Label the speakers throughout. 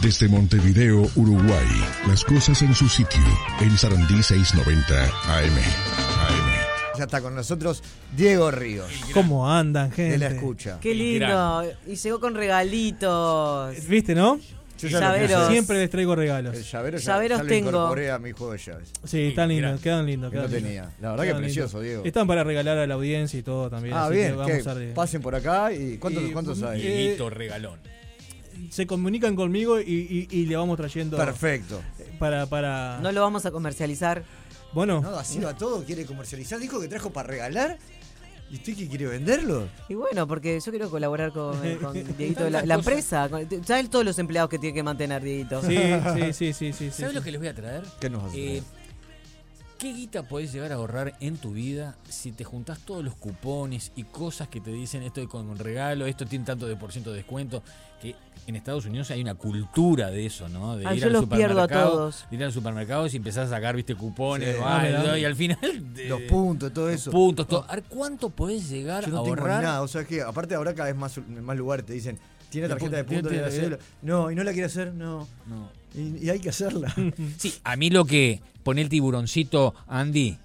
Speaker 1: Desde Montevideo, Uruguay, las cosas en su sitio, en Sarandí 690 AM. AM.
Speaker 2: Ya está con nosotros Diego Ríos,
Speaker 3: ¿Cómo andan, gente?
Speaker 2: de la escucha.
Speaker 4: Qué lindo. Y llegó con regalitos.
Speaker 3: ¿Viste, no?
Speaker 2: Yo ya lo
Speaker 4: Llaveros.
Speaker 2: puse.
Speaker 3: Siempre les traigo regalos.
Speaker 2: El llavero ya,
Speaker 4: Llaveros
Speaker 2: ya lo
Speaker 4: tengo.
Speaker 2: incorporé a mi juego de llaves.
Speaker 3: Sí, están lindos,
Speaker 5: gran-
Speaker 3: quedan lindos.
Speaker 2: que no
Speaker 3: Quedan
Speaker 2: tenía. La verdad que
Speaker 3: Quedan
Speaker 2: precioso,
Speaker 3: lindos.
Speaker 2: Diego.
Speaker 3: Están para regalar a la audiencia y todo también.
Speaker 2: Ah,
Speaker 3: así que
Speaker 2: bien,
Speaker 3: vamos
Speaker 2: ¿qué?
Speaker 3: a darle-
Speaker 2: pasen por acá y ¿cuántos,
Speaker 3: Y-
Speaker 2: cuántos hay?
Speaker 3: eh,
Speaker 5: Dieguito Regalón.
Speaker 3: Se comunican conmigo y, y- y le vamos trayendo eh,
Speaker 2: Perfecto.
Speaker 3: para... para...
Speaker 4: No lo vamos a comercializar.
Speaker 3: Bueno,
Speaker 2: No, así va todo, quiere comercializar. Dijo que trajo para regalar. ¿Y usted qué quiere venderlo?
Speaker 4: Y bueno, porque yo quiero colaborar con, eh, con Dieguito, la, la empresa. con- Ya él todos los empleados que tiene que mantener, Dieguito.
Speaker 3: sí, sí, sí, sí, sí. sí,
Speaker 5: ¿Sabes
Speaker 3: sí.
Speaker 5: lo que les voy a traer?
Speaker 2: ¿Qué nos vas a traer?
Speaker 5: Eh, ¿Qué guita podés llegar a ahorrar en tu vida si te juntás todos los cupones y cosas que te dicen esto de con regalo, esto tiene tanto de por ciento de descuento? Que en Estados Unidos hay una cultura de eso, ¿no? De
Speaker 4: Ah, yo los pierdo a todos.
Speaker 5: de ir al supermercado y empezar a sacar, viste, cupones,
Speaker 2: Sí.
Speaker 5: va,
Speaker 3: Ah, mirá.
Speaker 5: y, todo, y al final. de-
Speaker 2: Los puntos, todo
Speaker 5: los
Speaker 2: eso. Ah.
Speaker 5: puntos, todo. A ver, ¿Cuánto podés llegar
Speaker 2: Yo no
Speaker 5: a
Speaker 2: tengo
Speaker 5: ahorrar?
Speaker 2: nada, o sea que aparte ahora cada vez más, en más lugares te dicen, tiene
Speaker 5: De
Speaker 2: tarjeta de
Speaker 5: punto,
Speaker 2: puntos,
Speaker 5: tiene-
Speaker 2: de la
Speaker 5: tiene-
Speaker 2: cédula. No, y no la quiere hacer, no.
Speaker 5: No.
Speaker 2: Y, y hay que hacerla.
Speaker 5: Sí, a mí lo que pone el tiburoncito, Andy.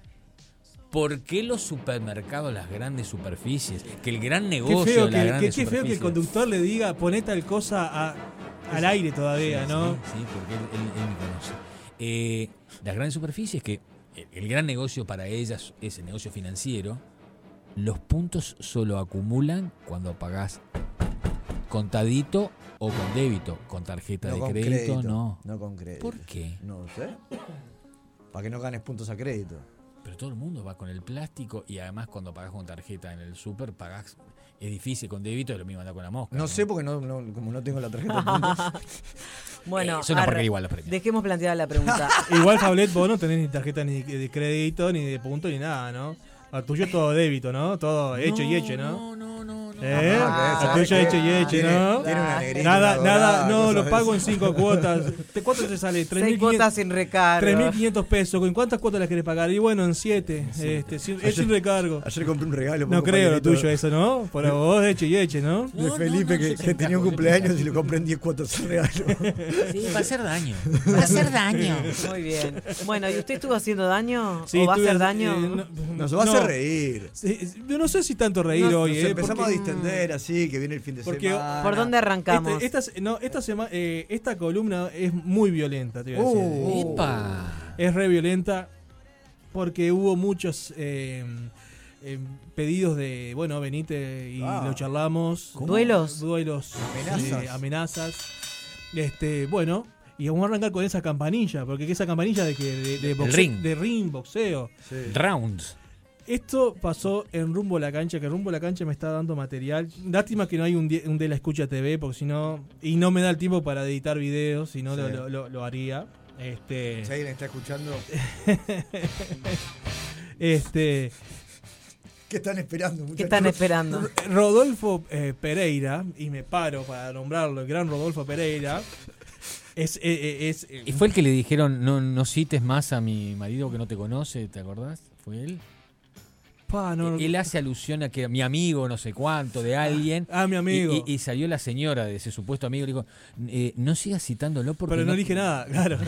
Speaker 5: ¿Por qué los supermercados, las grandes superficies, que el gran
Speaker 3: Qué
Speaker 5: negocio
Speaker 3: feo
Speaker 5: de las
Speaker 3: que, que-
Speaker 5: grandes
Speaker 3: qué feo que el
Speaker 5: superficies-
Speaker 3: conductor le diga poné tal cosa a- al aire todavía,
Speaker 5: Sí,
Speaker 3: ¿no?
Speaker 5: Sí, sí, porque él, él- él me conoce. Eh, las grandes superficies, que el, el gran negocio para ellas es el negocio financiero, los puntos solo acumulan cuando pagás contadito o con débito, con tarjeta de
Speaker 2: con
Speaker 5: crédito, no.
Speaker 2: No con crédito.
Speaker 5: ¿Por qué?
Speaker 2: No sé. Para que no ganes puntos a crédito.
Speaker 5: Pero todo el mundo va con el plástico y además cuando pagas con tarjeta en el súper, pagás. Es difícil con débito, es lo mismo anda con la mosca.
Speaker 2: No sé porque no, no- como no tengo la tarjeta de puntos.
Speaker 4: Bueno,
Speaker 5: Eh, es una
Speaker 4: arre,
Speaker 5: porquería igual los premios.
Speaker 4: dejemos planteada la pregunta.
Speaker 3: Igual, Fablet, vos no tenés ni tarjeta ni de crédito, ni de punto, ni nada, ¿no? A tuyo todo débito, ¿no? Todo hecho y hecho, ¿no?
Speaker 5: No, no, no. no.
Speaker 3: ¿Eh?
Speaker 2: Ah,
Speaker 3: A
Speaker 2: ¿sabes
Speaker 3: tuyo
Speaker 2: qué?
Speaker 3: hecho y hecho,
Speaker 2: Tiene-
Speaker 3: ¿no?
Speaker 2: tiene una negrita,
Speaker 3: Nada,
Speaker 2: una dorada,
Speaker 3: nada, no,
Speaker 2: cosas
Speaker 3: lo
Speaker 2: de
Speaker 3: pago en
Speaker 2: esas.
Speaker 3: cinco cuotas. ¿Te- ¿Cuánto te sale?
Speaker 4: Seis cuotas
Speaker 3: 3.500
Speaker 4: sin recargo.
Speaker 3: 3.500 pesos. ¿Con cuántas cuotas las querés pagar? Y bueno, en siete. Este, sin- es sin recargo.
Speaker 2: Ayer compré un regalo. para
Speaker 3: No
Speaker 2: un
Speaker 3: creo lo
Speaker 2: compañerito
Speaker 3: tuyo eso, ¿no? Por vos hecho y hecho, ¿no?
Speaker 2: De Felipe que, que tenía un cumpleaños y le compré en 10 cuotas sin regalo.
Speaker 5: Sí, va a hacer daño.
Speaker 4: Muy bien. Bueno, ¿y usted estuvo haciendo daño?
Speaker 3: Sí,
Speaker 4: ¿O va a
Speaker 3: estuve-
Speaker 4: hacer daño?
Speaker 3: eh, no-
Speaker 2: Nos va a hacer
Speaker 3: no.
Speaker 2: reír.
Speaker 3: Sí, sí, Yo no sé si tanto reír
Speaker 4: No,
Speaker 3: hoy,
Speaker 2: Nos
Speaker 3: eh,
Speaker 2: empezamos
Speaker 3: porque-
Speaker 2: a distender así, que viene el fin de
Speaker 3: porque-
Speaker 2: semana.
Speaker 4: ¿Por dónde arrancamos?
Speaker 3: Este- esta, se- no, esta, sema- eh, esta columna es muy violenta, te iba a decir.
Speaker 2: Uh,
Speaker 5: ¡Epa!
Speaker 3: Es re violenta porque hubo muchos eh, eh, pedidos de, bueno, venite y
Speaker 2: Ah.
Speaker 3: lo charlamos.
Speaker 4: ¿Cómo? ¿Duelos?
Speaker 3: Duelos.
Speaker 2: Amenazas.
Speaker 3: eh, amenazas. Este, bueno, y vamos a arrancar con esa campanilla, porque esa campanilla de que de, de boxe-
Speaker 5: ring.
Speaker 3: de ring, boxeo.
Speaker 2: sí.
Speaker 5: Rounds.
Speaker 3: Esto pasó en Rumbo a la Cancha, que Rumbo a la Cancha me está dando material. Lástima que no hay un, die- un de la escucha TV, porque si no. Y no me da el tiempo para editar videos, si no
Speaker 2: Sí.
Speaker 3: lo, lo- lo- lo haría. Este.
Speaker 2: Si alguien está escuchando,
Speaker 3: Este.
Speaker 2: ¿qué están esperando, muchachos?
Speaker 4: ¿Qué están esperando?
Speaker 3: Rodolfo eh, Pereira, y me paro para nombrarlo, el gran Rodolfo Pereira. Es. eh, eh, es, eh,
Speaker 5: ¿Y fue el que le dijeron, no, no cites más a mi marido que no te conoce? ¿Te acordás? ¿Fue él?
Speaker 3: pa, no-
Speaker 5: Él hace alusión a que mi amigo, no sé cuánto, de alguien.
Speaker 3: Ah, mi amigo.
Speaker 5: Y, y- y salió la señora de ese supuesto amigo y le dijo, "Eh, no sigas citándolo porque...
Speaker 3: Pero no dije nada, claro.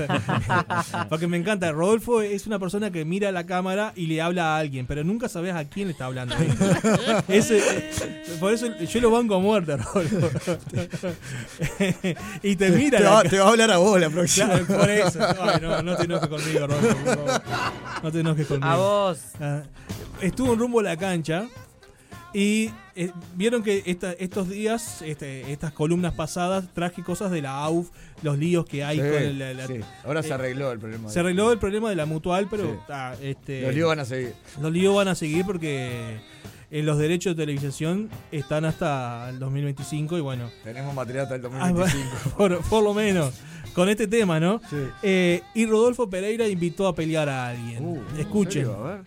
Speaker 3: Porque me encanta. Rodolfo es una persona que mira a la cámara y le habla a alguien, pero nunca sabes a quién le está hablando. Ese- eh, por eso yo lo banco a muerte, Rodolfo. y te mira.
Speaker 2: Te
Speaker 3: la
Speaker 2: va,
Speaker 3: ca-
Speaker 2: te va a hablar a vos la próxima.
Speaker 3: Claro, por eso. Ay, no, no te enojes conmigo, Rodolfo. por favor. No te enojes conmigo.
Speaker 4: A vos.
Speaker 3: Ah, estuvo en rumbo a la cancha y eh, vieron que esta- estos días, este, estas columnas pasadas, traje cosas de la AUF, los líos que hay
Speaker 2: Sí,
Speaker 3: con el- la- la-
Speaker 2: sí. Ahora se
Speaker 3: eh,
Speaker 2: arregló el problema.
Speaker 3: Se arregló el problema de la mutual, pero
Speaker 2: Sí.
Speaker 3: ah, este,
Speaker 2: Los líos van a seguir.
Speaker 3: los líos van a seguir porque eh, los derechos de televisación están hasta el 2025 y bueno,
Speaker 2: Tenemos material hasta el
Speaker 3: Ah,
Speaker 2: 2025.
Speaker 3: por, por lo menos con este tema, ¿no?
Speaker 2: Sí.
Speaker 3: Eh, y Rodolfo Pereira invitó a pelear a alguien.
Speaker 2: Uh, ¿en
Speaker 3: Escuchen.
Speaker 2: serio? A ver.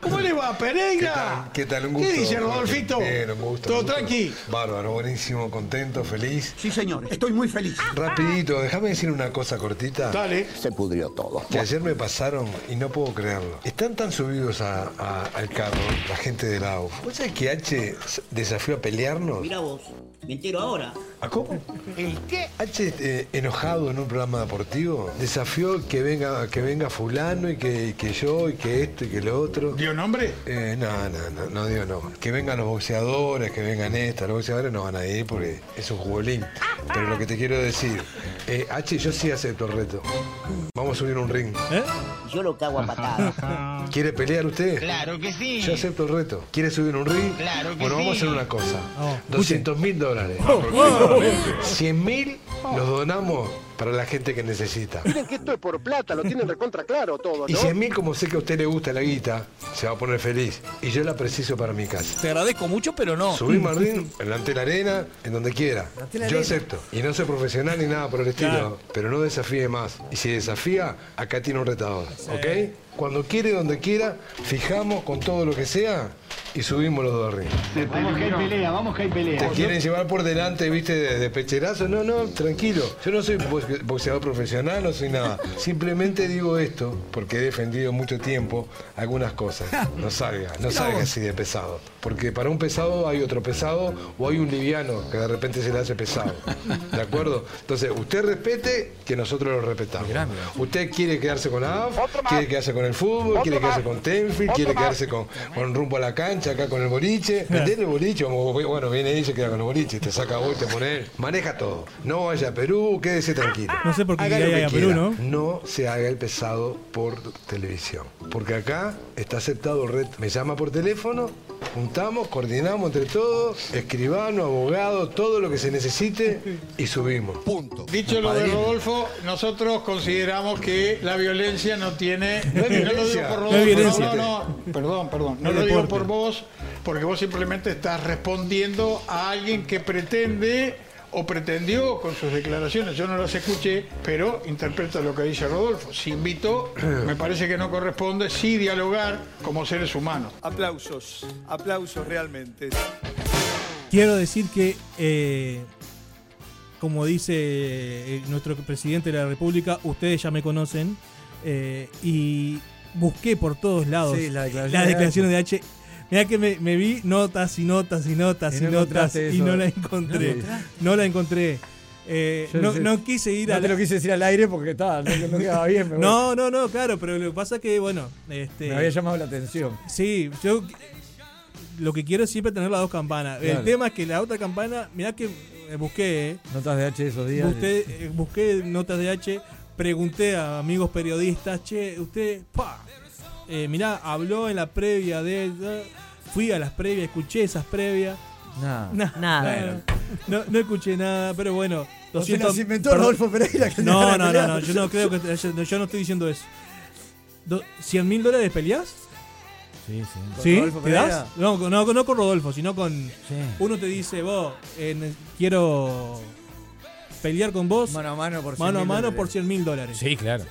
Speaker 6: ¿Cómo le va, Pereira?
Speaker 7: ¿Qué tal? Un gusto.
Speaker 6: ¿Qué dice, Rodolfito?
Speaker 7: Bien, un gusto.
Speaker 6: ¿Todo
Speaker 7: un gusto.
Speaker 6: tranqui?
Speaker 7: Bárbaro, buenísimo, contento, feliz.
Speaker 8: Sí, señor, estoy muy feliz.
Speaker 7: Rapidito, déjame decir una cosa cortita.
Speaker 6: Dale.
Speaker 8: Se pudrió todo.
Speaker 7: Que ayer me pasaron y no puedo creerlo. Están tan subidos a- a- al carro la gente del AU. ¿Vos sabés que H desafió a pelearnos?
Speaker 9: Mira vos, me entero ahora.
Speaker 7: ¿A cómo? ¿El qué? H eh, enojado en un programa deportivo desafió que venga, que venga fulano y que, y que yo y que esto y que lo otro.
Speaker 6: ¿Dio nombre?
Speaker 7: Eh, no, no, no, no digo no. Que vengan los boxeadores, que vengan estas, los boxeadores no van a ir porque es un jugolín. Pero lo que te quiero decir, eh, H, yo sí acepto el reto. Vamos a subir un ring.
Speaker 6: ¿Eh?
Speaker 9: Yo lo cago a patadas.
Speaker 7: ¿Quiere pelear usted?
Speaker 6: Claro que sí.
Speaker 7: Yo acepto el reto. ¿Quiere subir un ring?
Speaker 6: Claro que
Speaker 7: Bueno, vamos a
Speaker 6: sí.
Speaker 7: hacer una cosa.
Speaker 6: Oh.
Speaker 3: Vamos,
Speaker 7: 200 mil dólares. 100 mil los donamos para la gente que necesita.
Speaker 8: Miren que esto es por plata, lo tienen recontra claro todo,
Speaker 7: Y 100 mil, como sé que a usted le gusta la guita, se va a poner feliz. Y yo la preciso para mi casa.
Speaker 5: Te agradezco mucho, pero no.
Speaker 7: Subimos al ring, delante de la arena, en donde quiera.
Speaker 2: Delante de la
Speaker 7: Yo
Speaker 2: arena.
Speaker 7: acepto. Y no soy profesional ni nada por el estilo,
Speaker 3: Claro.
Speaker 7: pero no desafíe más. Y si desafía, acá tiene un retador, ¿ok? Cuando quiere, donde quiera, fijamos con todo lo que sea y subimos los dos al ring.
Speaker 6: Vamos que hay pelea, vamos que hay
Speaker 7: ¿Te
Speaker 6: pelea.
Speaker 7: quieren llevar por delante, viste, de, de pecherazo? No, no, tranquilo. Yo no soy box- boxeador profesional, no soy nada. Simplemente digo esto porque he defendido mucho tiempo algunas cosas. No salga, no salga así de pesado. Porque para un pesado hay otro pesado o hay un liviano que de repente se le hace pesado. ¿De acuerdo? Entonces, usted respete que nosotros lo respetamos. Usted quiere quedarse con la AF, quiere quedarse con el fútbol, quiere quedarse con Tenfield, quiere quedarse con, con rumbo a la cancha, acá con el boliche. ¿Entendés el boliche? Como, Bueno, viene ella y queda con el boliche, te saca vos y te pone. Maneja todo. No vaya a Perú, quédese tranquilo.
Speaker 3: No sé por qué
Speaker 7: Haga
Speaker 3: iría
Speaker 7: lo que
Speaker 3: a Perú,
Speaker 7: quiera.
Speaker 3: ¿no?
Speaker 7: No se haga el pesado por televisión. Porque acá está aceptado el reto. Me llama por teléfono, juntamos, coordinamos entre todos, escribano, abogado, todo lo que se necesite y subimos.
Speaker 8: Punto.
Speaker 6: Dicho lo de Rodolfo, nosotros consideramos que la violencia no tiene.
Speaker 7: No
Speaker 6: No lo
Speaker 7: hay
Speaker 6: digo
Speaker 7: violencia.
Speaker 6: por
Speaker 7: No
Speaker 3: hay
Speaker 6: Rodolfo.
Speaker 3: violencia.
Speaker 6: No, no, no. Perdón, perdón. No
Speaker 3: Es
Speaker 6: lo digo
Speaker 3: deporte.
Speaker 6: por vos, porque vos simplemente estás respondiendo a alguien que pretende o pretendió con sus declaraciones. Yo no las escuché, pero interpreta lo que dice Rodolfo. Si invito, me parece que no corresponde, sí dialogar como seres humanos.
Speaker 10: Aplausos, aplausos realmente.
Speaker 3: Quiero decir que, eh, como dice eh, nuestro presidente de la República, ustedes ya me conocen eh, y busqué por todos lados
Speaker 2: Sí, la declaración
Speaker 3: las
Speaker 2: de
Speaker 3: declaraciones de H. Mirá que me, me vi notas y notas y notas
Speaker 2: Y
Speaker 3: y,
Speaker 2: no
Speaker 3: notas
Speaker 2: encontraste
Speaker 3: y
Speaker 2: eso.
Speaker 3: no la encontré. No la encontré. Eh,
Speaker 2: Yo
Speaker 3: no,
Speaker 2: sé.
Speaker 3: no quise ir a
Speaker 2: No te
Speaker 3: la-
Speaker 2: lo quise decir al aire porque estaba, no, no quedaba bien. Me,
Speaker 3: No, no, no, claro, pero lo que pasa es que, bueno, este,
Speaker 2: me había llamado la atención.
Speaker 3: Sí, yo lo que quiero es siempre tener las dos campanas.
Speaker 2: Claro.
Speaker 3: El tema es que la otra campana, mirá que eh, busqué, eh,
Speaker 2: Notas de H esos días.
Speaker 3: busqué, eh, busqué notas de H, pregunté a amigos periodistas, che, usted, pa, eh, mirá, habló en la previa de... de- Fui a las previas, escuché esas previas.
Speaker 2: Nah.
Speaker 3: Nah,
Speaker 4: Nada.
Speaker 3: No, no escuché nada, pero bueno.
Speaker 2: No se
Speaker 3: 200
Speaker 2: las inventó
Speaker 3: perdón.
Speaker 2: Rodolfo Pereira. que se
Speaker 3: No,
Speaker 2: van a
Speaker 3: no, no,
Speaker 2: pelear.
Speaker 3: no, yo no creo que. Yo, yo no estoy diciendo eso. Do- ¿100 mil dólares peleas?
Speaker 5: Sí, sí.
Speaker 2: ¿Con
Speaker 3: ¿Sí?
Speaker 2: Rodolfo
Speaker 3: ¿Te
Speaker 2: Pereira?
Speaker 3: das? No, con- no, no con Rodolfo, sino con. Uno te dice, vos, eh, ne- quiero pelear con vos mano,
Speaker 2: Mano a mano por
Speaker 3: a
Speaker 2: 100.000
Speaker 3: mano
Speaker 2: dólares.
Speaker 3: por 100 mil dólares.
Speaker 5: Sí, claro.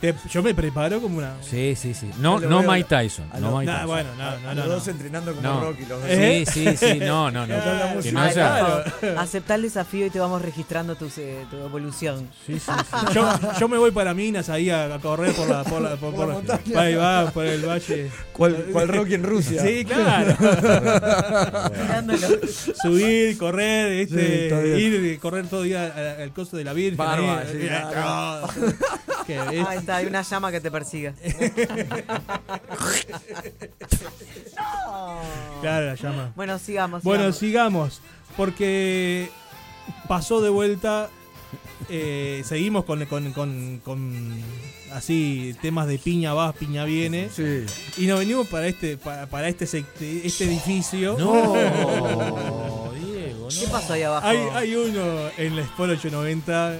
Speaker 3: Te- yo me preparo como una.
Speaker 5: Sí, sí, sí. No,
Speaker 2: Yo lo
Speaker 5: no
Speaker 2: veo-
Speaker 5: Mike Tyson.
Speaker 2: a
Speaker 5: No
Speaker 2: lo-
Speaker 5: Mike
Speaker 3: Nah,
Speaker 5: Tyson.
Speaker 3: bueno, Ah, no,
Speaker 2: A
Speaker 3: no,
Speaker 2: los
Speaker 3: no.
Speaker 2: dos entrenando como
Speaker 5: No.
Speaker 2: Rocky. Los dos.
Speaker 5: Sí, sí, sí. No, no, no.
Speaker 2: Ah,
Speaker 5: Que
Speaker 2: la
Speaker 5: no sea.
Speaker 3: Claro.
Speaker 4: Aceptá el desafío y te vamos registrando tus, eh, tu evolución.
Speaker 5: Sí, sí, sí.
Speaker 3: no. Yo, yo me voy para Minas ahí a, a correr por la. Por la, por,
Speaker 2: Por la
Speaker 3: por-
Speaker 2: montaña.
Speaker 3: ahí va, por el valle.
Speaker 2: ¿Cuál, cuál Rocky en Rusia?
Speaker 3: Sí, claro.
Speaker 4: Mirándolo.
Speaker 3: subir, correr,
Speaker 2: Sí, está
Speaker 3: este,
Speaker 2: bien.
Speaker 3: ir y correr todo el día al, al costo de la Virgen.
Speaker 2: Barba,
Speaker 3: ahí.
Speaker 2: sí,
Speaker 3: Eh,
Speaker 2: claro.
Speaker 3: no. Que es-
Speaker 4: Ahí está, hay una llama que te persiga.
Speaker 3: claro, la llama.
Speaker 4: Bueno, sigamos.
Speaker 3: Bueno,
Speaker 4: sigamos.
Speaker 3: sigamos, porque pasó de vuelta. eh, seguimos con, con- con- con así temas de piña vas, piña viene.
Speaker 2: Sí.
Speaker 3: Y nos venimos para este, para, para este, sect- este edificio.
Speaker 5: No, Diego,
Speaker 4: ¿Qué
Speaker 5: no.
Speaker 4: pasó ahí abajo?
Speaker 3: Hay, hay uno en la Sport 890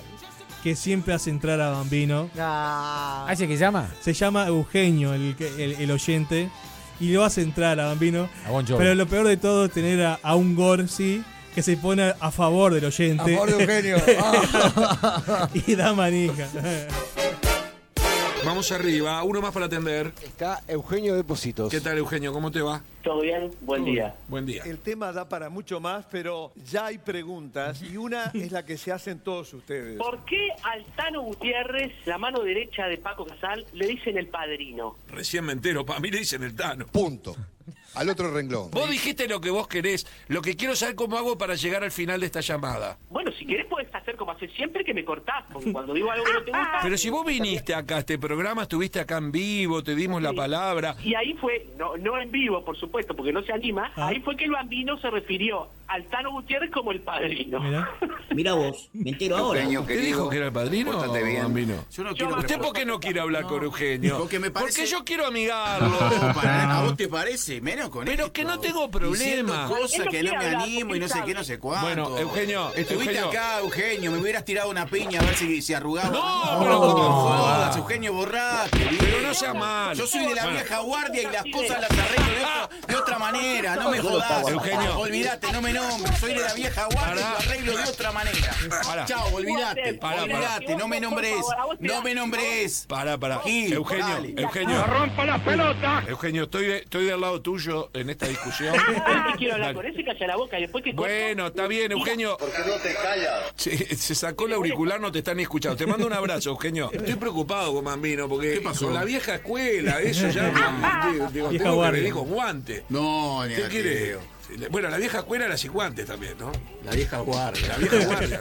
Speaker 3: que siempre hace entrar a Bambino.
Speaker 4: Ah,
Speaker 5: ¿Ah, ese que llama?
Speaker 3: Se llama Eugenio, el, que- el, el oyente. Y lo hace entrar a Bambino.
Speaker 5: A Bon Jovi.
Speaker 3: Pero lo peor de todo es tener a, a un Gorsi que se pone a, a favor del oyente.
Speaker 2: Amor de Eugenio. Ah.
Speaker 3: y da manija.
Speaker 11: Vamos arriba, uno más para atender.
Speaker 12: Está Eugenio Depósitos.
Speaker 11: ¿Qué tal, Eugenio? ¿Cómo te va?
Speaker 10: ¿Todo bien?
Speaker 11: Buen día. Buen día.
Speaker 10: El tema da para mucho más, pero ya hay preguntas y una es la que se hacen todos ustedes.
Speaker 13: ¿Por qué al Tano Gutiérrez, la mano derecha de Paco Casal, le dicen el padrino?
Speaker 11: Recién me entero, pa. Mí le dicen el Tano.
Speaker 14: Punto. Al otro renglón.
Speaker 11: Vos dijiste lo que vos querés. Lo que quiero saber cómo hago para llegar al final de esta llamada.
Speaker 13: Bueno, si querés podés hacer como hace siempre que me cortás, porque cuando digo algo que no te gusta...
Speaker 11: Pero si vos viniste acá a este programa, estuviste acá en vivo, te dimos la palabra.
Speaker 13: Y ahí fue, no, no en vivo, por supuesto, porque no se anima,
Speaker 3: Ah.
Speaker 13: ahí fue que el bambino se refirió al Tano Gutiérrez como el padrino.
Speaker 9: Mira vos, me entero ahora.
Speaker 11: ¿Usted dijo que era el padrino? o bambino?
Speaker 9: Yo no
Speaker 11: Yo-
Speaker 9: quiero-
Speaker 11: ¿Usted por qué no quiere hablar con Eugenio?
Speaker 15: Porque me parece-
Speaker 11: Porque yo quiero amigarlo.
Speaker 15: No, para- ¿A vos te parece? Menos con
Speaker 11: Pero
Speaker 15: esto.
Speaker 11: que no tengo
Speaker 15: Diciendo
Speaker 11: problema.
Speaker 15: cosas que no me animo y no sé qué, no sé cuánto.
Speaker 11: Bueno, Eugenio,
Speaker 15: Estuviste
Speaker 11: este Eugenio.
Speaker 15: acá, Eugenio, me hubieras tirado una piña a ver si se arrugaba.
Speaker 11: No,
Speaker 15: pero
Speaker 11: ¿cómo?
Speaker 15: jodas, Eugenio borraste.
Speaker 11: Pero no sea malo.
Speaker 15: Yo soy de la
Speaker 11: Bueno.
Speaker 15: vieja guardia y las cosas las arreglo de, otra- de otra manera, no me
Speaker 11: Yo lo
Speaker 15: jodas.
Speaker 11: pago. Eugenio.
Speaker 15: Olvídate, no me nombres. Soy de la vieja guardia y
Speaker 11: Pará.
Speaker 15: lo arreglo de otra manera.
Speaker 11: Pará.
Speaker 15: Chao, olvídate.
Speaker 11: Pará, pará.
Speaker 15: Olvídate, no me nombres. No me nombres.
Speaker 11: Para, para.
Speaker 15: Gil,
Speaker 11: Eugenio,
Speaker 15: dale.
Speaker 11: Eugenio.
Speaker 15: No rompa
Speaker 11: las pelotas! Eugenio, estoy, estoy del lado tuyo en esta discusión.
Speaker 13: No te quiero hablar
Speaker 11: Dale.
Speaker 13: con ese, calla la boca y después que...
Speaker 11: Bueno, está bien, Eugenio. ¿Por qué no te callas? Se, se sacó el auricular, no te están ni escuchando. Te mando un abrazo, Eugenio. Estoy preocupado con Mambino, porque con la vieja escuela, eso ya. digo, digo,
Speaker 15: Vieja
Speaker 11: tengo que
Speaker 15: guardia.
Speaker 11: venir con guante.
Speaker 15: No,
Speaker 11: ¿Qué
Speaker 15: negativo.
Speaker 11: quiere? Bueno, la vieja escuela era sin guantes también, ¿no?
Speaker 15: La vieja guardia.
Speaker 11: La vieja guardia.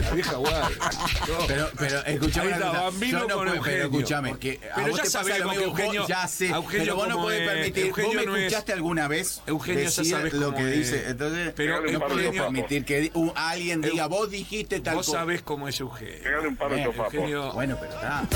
Speaker 11: La vieja guardia. No.
Speaker 15: Pero, pero escuchame,
Speaker 11: Ahí está,
Speaker 15: una cosa.
Speaker 11: Bambino
Speaker 15: Yo no
Speaker 11: con
Speaker 15: puedo- pero
Speaker 11: Eugenio.
Speaker 15: escuchame, que a
Speaker 11: Pero
Speaker 15: vos
Speaker 11: ya
Speaker 15: te pasa
Speaker 11: sabés
Speaker 15: lo
Speaker 11: con
Speaker 15: mismo,
Speaker 11: que
Speaker 15: vos-
Speaker 11: Eugenio-
Speaker 15: ya sé,
Speaker 11: Eugenio
Speaker 15: pero vos no
Speaker 11: cómo
Speaker 15: podés
Speaker 11: es,
Speaker 15: permitir,
Speaker 11: Eugenio
Speaker 15: vos me
Speaker 11: no es.
Speaker 15: escuchaste alguna vez
Speaker 11: Eugenio, ya
Speaker 15: decir
Speaker 11: sabés
Speaker 15: lo
Speaker 11: cómo
Speaker 15: que
Speaker 11: es.
Speaker 15: dice, entonces
Speaker 11: Pero
Speaker 15: no
Speaker 11: Eugenio,
Speaker 15: podemos
Speaker 11: papo.
Speaker 15: permitir que di- un- alguien diga, vos dijiste tal
Speaker 11: Vos
Speaker 15: cosa.
Speaker 11: sabés cómo es Eugenio.
Speaker 15: Bueno,
Speaker 11: de sopapos.
Speaker 15: Eugenio- Bueno, pero está.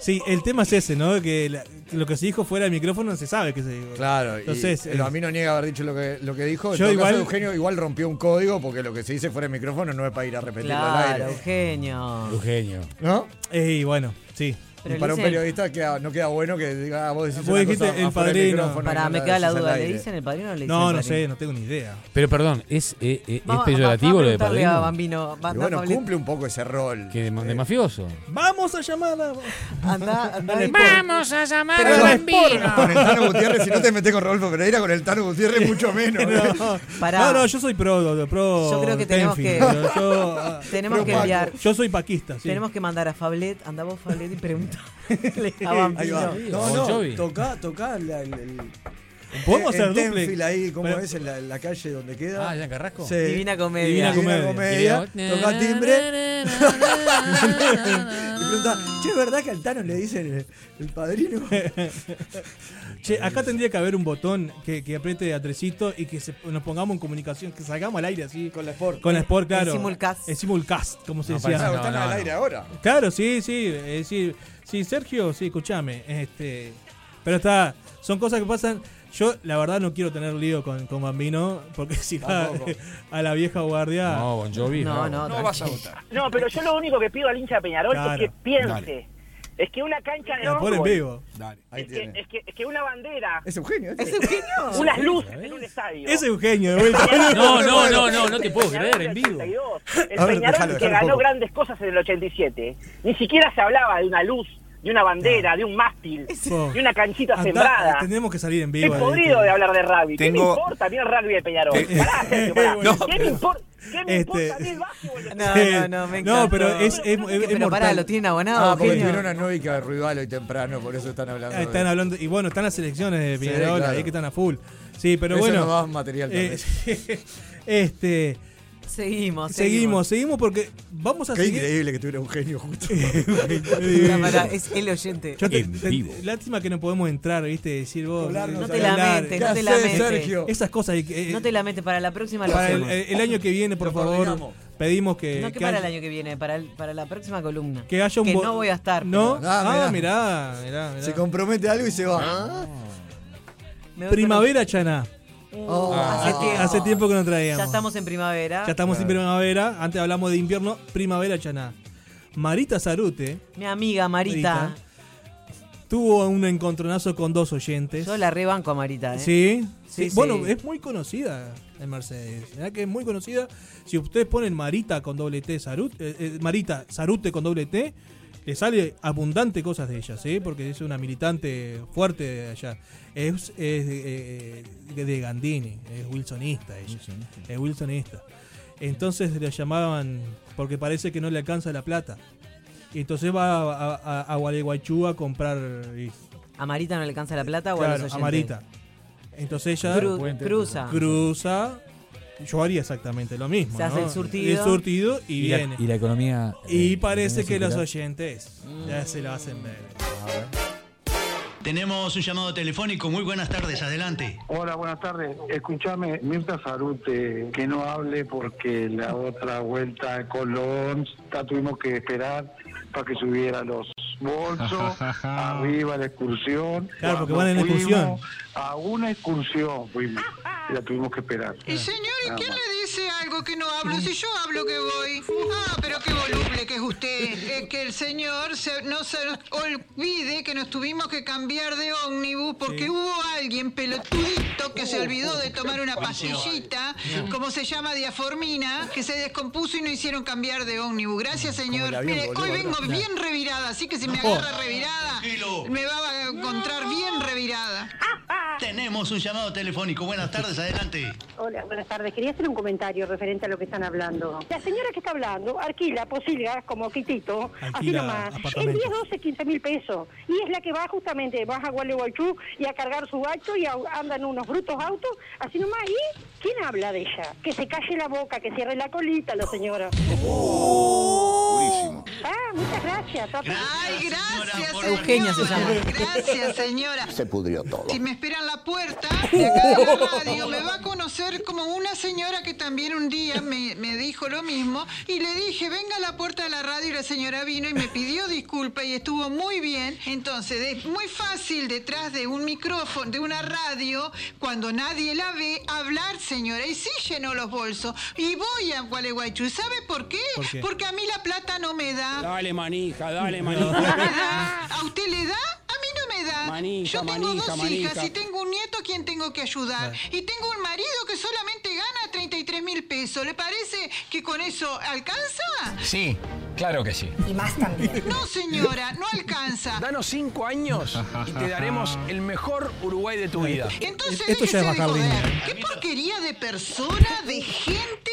Speaker 3: Sí, el tema es ese, ¿no? Que la- lo que se dijo fuera del micrófono se sabe que se dijo.
Speaker 16: Claro,
Speaker 3: Entonces,
Speaker 16: y el
Speaker 3: eh,
Speaker 16: bambino niega haber dicho lo que, lo que dijo. En
Speaker 3: Yo
Speaker 16: todo
Speaker 3: igual-
Speaker 16: caso, Eugenio igual rompió un código porque lo que se dice fuera de micrófono no es para ir a repetirlo al
Speaker 4: Claro,
Speaker 16: aire.
Speaker 4: Eugenio.
Speaker 5: Eugenio.
Speaker 16: ¿no?
Speaker 3: Y bueno, sí.
Speaker 16: Y para un periodista queda- no queda bueno que diga, ah, vos decís
Speaker 3: Vos
Speaker 16: una
Speaker 3: dijiste
Speaker 16: cosa
Speaker 3: el
Speaker 16: afuera del
Speaker 3: padrino.
Speaker 16: micrófono y
Speaker 4: Pará,
Speaker 16: no
Speaker 4: me
Speaker 16: la
Speaker 4: queda la
Speaker 16: decís al
Speaker 4: duda, ¿le
Speaker 16: aire.
Speaker 4: dicen el padrino o le dicen
Speaker 3: No,
Speaker 4: el
Speaker 3: no
Speaker 4: padrino?
Speaker 3: sé, no tengo ni idea.
Speaker 5: Pero perdón, ¿es, eh, eh,
Speaker 4: Vamos,
Speaker 5: es
Speaker 4: vamos
Speaker 5: peyorativo
Speaker 4: a
Speaker 5: lo de
Speaker 4: preguntarle a
Speaker 5: padrino?
Speaker 4: Bambino. Va-
Speaker 16: Pero
Speaker 4: va-
Speaker 16: bueno,
Speaker 4: Pablito.
Speaker 16: cumple un poco ese rol. este.
Speaker 5: Que de, de mafioso.
Speaker 3: Vamos a llamar a.
Speaker 4: Andá, andá
Speaker 3: Dale,
Speaker 4: y-
Speaker 17: Vamos a llamar
Speaker 16: Pero
Speaker 17: a
Speaker 16: con-
Speaker 17: Bambino.
Speaker 16: Con el Tano Gutiérrez, si no te metes con Rodolfo Pereira, con el Tano Gutiérrez mucho menos. ¿eh?
Speaker 3: No, no, no, yo soy pro, pro.
Speaker 4: Yo creo que tenemos que-
Speaker 3: Penfield, pero yo, ah,
Speaker 4: Tenemos
Speaker 3: pro
Speaker 4: que
Speaker 3: Paco.
Speaker 4: enviar-
Speaker 3: Yo soy paquista, sí.
Speaker 4: Tenemos que mandar a Fablet, andá vos Fablet y preguntarle a Bambino.
Speaker 3: Bon
Speaker 12: No,
Speaker 3: Jovi.
Speaker 12: no, tocá, tocá la- el, el-
Speaker 3: Podemos
Speaker 12: en
Speaker 3: hacer duple.
Speaker 12: Tenfield ahí, ¿cómo
Speaker 3: Pero-
Speaker 12: es? En la, en la calle donde queda.
Speaker 5: Ah, allá en Carrasco.
Speaker 12: Sí.
Speaker 4: Divina
Speaker 12: Divina
Speaker 4: Comedia.
Speaker 3: Divina
Speaker 12: Comedia.
Speaker 3: Comedia.
Speaker 12: Tocá timbre. Le preguntá, che, ¿es verdad que al Tano le dicen el, el padrino?
Speaker 3: Che, acá tendría que haber un botón que, que apriete a Tresito y que se- nos pongamos en comunicación, que salgamos al aire así. Con la Sport. Con la Sport, claro.
Speaker 4: En simulcast.
Speaker 3: En simulcast, como se
Speaker 5: No,
Speaker 3: decía.
Speaker 5: parece- no, Están no, al no. aire
Speaker 16: ahora.
Speaker 3: Claro, sí, sí. Es decir, sí, Sergio, sí, escúchame. Este, pero está, son cosas que pasan. Yo, la verdad, no quiero tener lío con, con Bambino, porque si va
Speaker 5: Tampoco.
Speaker 3: a la vieja guardia.
Speaker 5: No, Bon Jovi, No, no. no,
Speaker 3: no vas a votar.
Speaker 18: No, pero yo lo único que pido al hincha de Peñarol
Speaker 3: Claro,
Speaker 18: es que piense.
Speaker 3: dale.
Speaker 18: Es que una cancha de
Speaker 3: La pone en
Speaker 18: fútbol,
Speaker 3: vivo.
Speaker 18: Es que, es, que, es que una bandera.
Speaker 16: Es
Speaker 3: ¿eh?
Speaker 16: Eugenio.
Speaker 18: Es Eugenio. Unas luces en un estadio.
Speaker 3: Es Eugenio, de vuelta.
Speaker 5: No, no, no, no, no te puedo
Speaker 18: Peñarol
Speaker 5: creer en
Speaker 18: del
Speaker 5: vivo.
Speaker 18: 82, El
Speaker 5: A ver,
Speaker 18: Peñarol
Speaker 5: déjalo,
Speaker 18: que
Speaker 5: déjalo un
Speaker 18: ganó
Speaker 5: poco.
Speaker 18: grandes cosas en el 87. Ni siquiera se hablaba de una luz, de una bandera, de un mástil, de una canchita
Speaker 3: Andá,
Speaker 18: sembrada.
Speaker 3: Tenemos que salir en
Speaker 18: Estoy
Speaker 3: vivo. este.
Speaker 18: podrido de hablar de rugby. ¿Qué me
Speaker 3: Tengo-
Speaker 18: importa? Mira el rugby de Peñarol. Pará, Sergio, pará.
Speaker 3: No,
Speaker 18: ¿Qué me
Speaker 3: pero-
Speaker 18: importa? ¿Qué me
Speaker 3: Este-
Speaker 18: importa a mí el básquetbol de
Speaker 4: No,
Speaker 3: Sí.
Speaker 4: no, no, me
Speaker 3: No,
Speaker 4: encanta.
Speaker 3: pero es- es- es- es
Speaker 4: Pero pará,
Speaker 3: mortal.
Speaker 4: lo tienen abonado,
Speaker 16: Ah, porque
Speaker 4: Eugenio.
Speaker 16: tuvieron una novica de Ruibal hoy temprano, por eso están hablando.
Speaker 3: Ah,
Speaker 16: de-
Speaker 3: están hablando y bueno están las elecciones de
Speaker 16: Sí,
Speaker 3: Peñarol
Speaker 16: claro.
Speaker 3: ahí que están a full sí pero
Speaker 16: Eso
Speaker 3: bueno
Speaker 16: nos da material
Speaker 3: Eh, este seguimos
Speaker 4: Seguimos, seguimos.
Speaker 3: seguimos porque vamos a
Speaker 16: Qué
Speaker 3: seguir
Speaker 16: increíble que tuviera Eugenio justo.
Speaker 4: Cámara, es el oyente.
Speaker 3: Yo te-
Speaker 4: En
Speaker 3: te-
Speaker 4: vivo.
Speaker 3: lástima que no podemos entrar viste decir vos
Speaker 4: Hablarnos, No te
Speaker 3: hablar.
Speaker 4: lamentes, no ¿Qué te hacés, lamentes. Sergio?
Speaker 3: esas cosas hay que- eh,
Speaker 4: No te lamentes, para la próxima lo
Speaker 3: para el,
Speaker 4: hacemos.
Speaker 3: el año que viene por favor
Speaker 4: coordinamos.
Speaker 3: pedimos que
Speaker 4: no, que
Speaker 3: Eh, que
Speaker 4: para el
Speaker 3: haya-
Speaker 4: año que viene, para, el- para la próxima columna.
Speaker 3: que haya un
Speaker 4: Que
Speaker 3: bo-
Speaker 4: no voy a estar.
Speaker 3: no
Speaker 4: pero-
Speaker 3: ah, mirá mirá, mirá.
Speaker 16: Se compromete algo y se va.
Speaker 4: Me voy
Speaker 3: primavera chaná
Speaker 4: con- Uh, hace,
Speaker 3: hace,
Speaker 4: tiempo.
Speaker 3: hace tiempo que no traíamos
Speaker 4: Ya estamos en primavera.
Speaker 3: Ya estamos en primavera, antes hablamos de invierno, primavera chaná. Marita Zarute,
Speaker 4: Mi amiga Marita.
Speaker 3: tuvo un encontronazo con dos oyentes.
Speaker 4: Yo la rebanco a Marita, ¿eh?
Speaker 3: ¿Sí?
Speaker 4: Sí,
Speaker 3: Sí,
Speaker 4: sí.
Speaker 3: Bueno, es muy conocida en Mercedes. La ¿Verdad que es muy conocida? Si ustedes ponen Marita con doble T, Zarut, eh, eh, Marita Zarute con doble T, le sale abundante cosas de ellas, ¿eh? porque es una militante fuerte de allá. Es, es, eh, de, de Gandini, es wilsonista ella. Es wilsonista. Entonces le llamaban porque parece que no le alcanza la plata. Y entonces va a, a, a Gualeguaychú a comprar. y-
Speaker 4: ¿A Marita no le alcanza la plata o a los
Speaker 3: claro,
Speaker 4: oyentes?
Speaker 3: Amarita. Entonces ella
Speaker 4: Cru- Puente, cruza.
Speaker 3: Cruza. Yo haría exactamente lo mismo.
Speaker 4: Se hace
Speaker 3: ¿no?
Speaker 4: el surtido.
Speaker 3: El surtido y,
Speaker 5: Y la-
Speaker 3: viene.
Speaker 5: y la economía,
Speaker 3: Y
Speaker 5: eh,
Speaker 3: parece
Speaker 5: economía
Speaker 3: que los
Speaker 5: circular.
Speaker 3: oyentes ya se lo hacen ver.
Speaker 17: Tenemos un llamado telefónico. Muy buenas tardes, adelante.
Speaker 19: Hola, buenas tardes. Escúchame, Mirta Farute, que no hable porque la otra vuelta de Colón ta- tuvimos que esperar para que subiera los bolsos, arriba la excursión.
Speaker 3: Claro, porque
Speaker 19: Cuando
Speaker 3: van en excursión.
Speaker 19: fuimos A una excursión fuimos, y la tuvimos que esperar.
Speaker 20: Y señor, ¿y
Speaker 19: Nada
Speaker 20: quién
Speaker 19: más. Mm.
Speaker 20: le dice algo que no hablo? Si yo hablo que voy. Ah, pero qué voluble que es usted. Eh, que el señor se- no se nos olvide que nos tuvimos que cambiar de ómnibus porque hubo alguien pelotudito que se
Speaker 19: Oh,
Speaker 20: olvidó de tomar una pastillita, como se llama diaformina, que se descompuso y no hicieron cambiar de ómnibus. Gracias, señor.
Speaker 21: el avión,
Speaker 20: Mire,
Speaker 21: boludo,
Speaker 20: hoy vengo
Speaker 21: ¿verdad?
Speaker 20: bien revirada, así que si me
Speaker 21: No.
Speaker 20: agarra revirada, me va a encontrar bien revirada.
Speaker 17: Tenemos un llamado telefónico. Buenas tardes, adelante.
Speaker 22: Hola, buenas tardes. Quería hacer un comentario referente a lo que están hablando. La señora que está hablando alquila posilgas como Quitito, así
Speaker 21: Alquila
Speaker 22: nomás, en
Speaker 21: apartamentos.
Speaker 22: 10, 12, 15 mil pesos. Y es la que va justamente, va a Gualeguaychú y a cargar su gacho y a- andan unos brutos autos, así nomás. ¿Y quién habla de ella? Que se calle la boca, que cierre la colita la señora. Ah, muchas gracias.
Speaker 20: Ay, gracias, señora.
Speaker 22: Eugenia se llama.
Speaker 20: Gracias, señora.
Speaker 8: Se pudrió todo.
Speaker 20: Si me espera en la puerta de acá de la radio, me va a conocer como una señora que también un día me, me dijo lo mismo y le dije, venga a la puerta de la radio y la señora vino y me pidió disculpa y estuvo muy bien. Entonces, es muy fácil detrás de un micrófono, de una radio, cuando nadie la ve, hablar, señora. Y sí llenó los bolsos. Y voy a Gualeguaychú. ¿Sabe por qué?
Speaker 23: ¿Por qué?
Speaker 20: Porque a mí la plata no me da.
Speaker 23: Dale manija, dale
Speaker 20: ¿Me
Speaker 23: manija.
Speaker 20: da? ¿A usted le da? A mí no me da.
Speaker 23: Manija,
Speaker 20: Yo tengo
Speaker 23: manija,
Speaker 20: dos
Speaker 23: manija.
Speaker 20: hijas y tengo un nieto a quien tengo que ayudar. Y tengo un marido que solamente gana 33 mil pesos. ¿Le parece que con eso alcanza?
Speaker 24: Sí, claro que sí.
Speaker 20: Y más también. No, señora, no alcanza.
Speaker 23: Danos cinco años y te daremos el mejor Uruguay de tu vida.
Speaker 20: Entonces déjese de joder. ¿Qué porquería de persona, de gente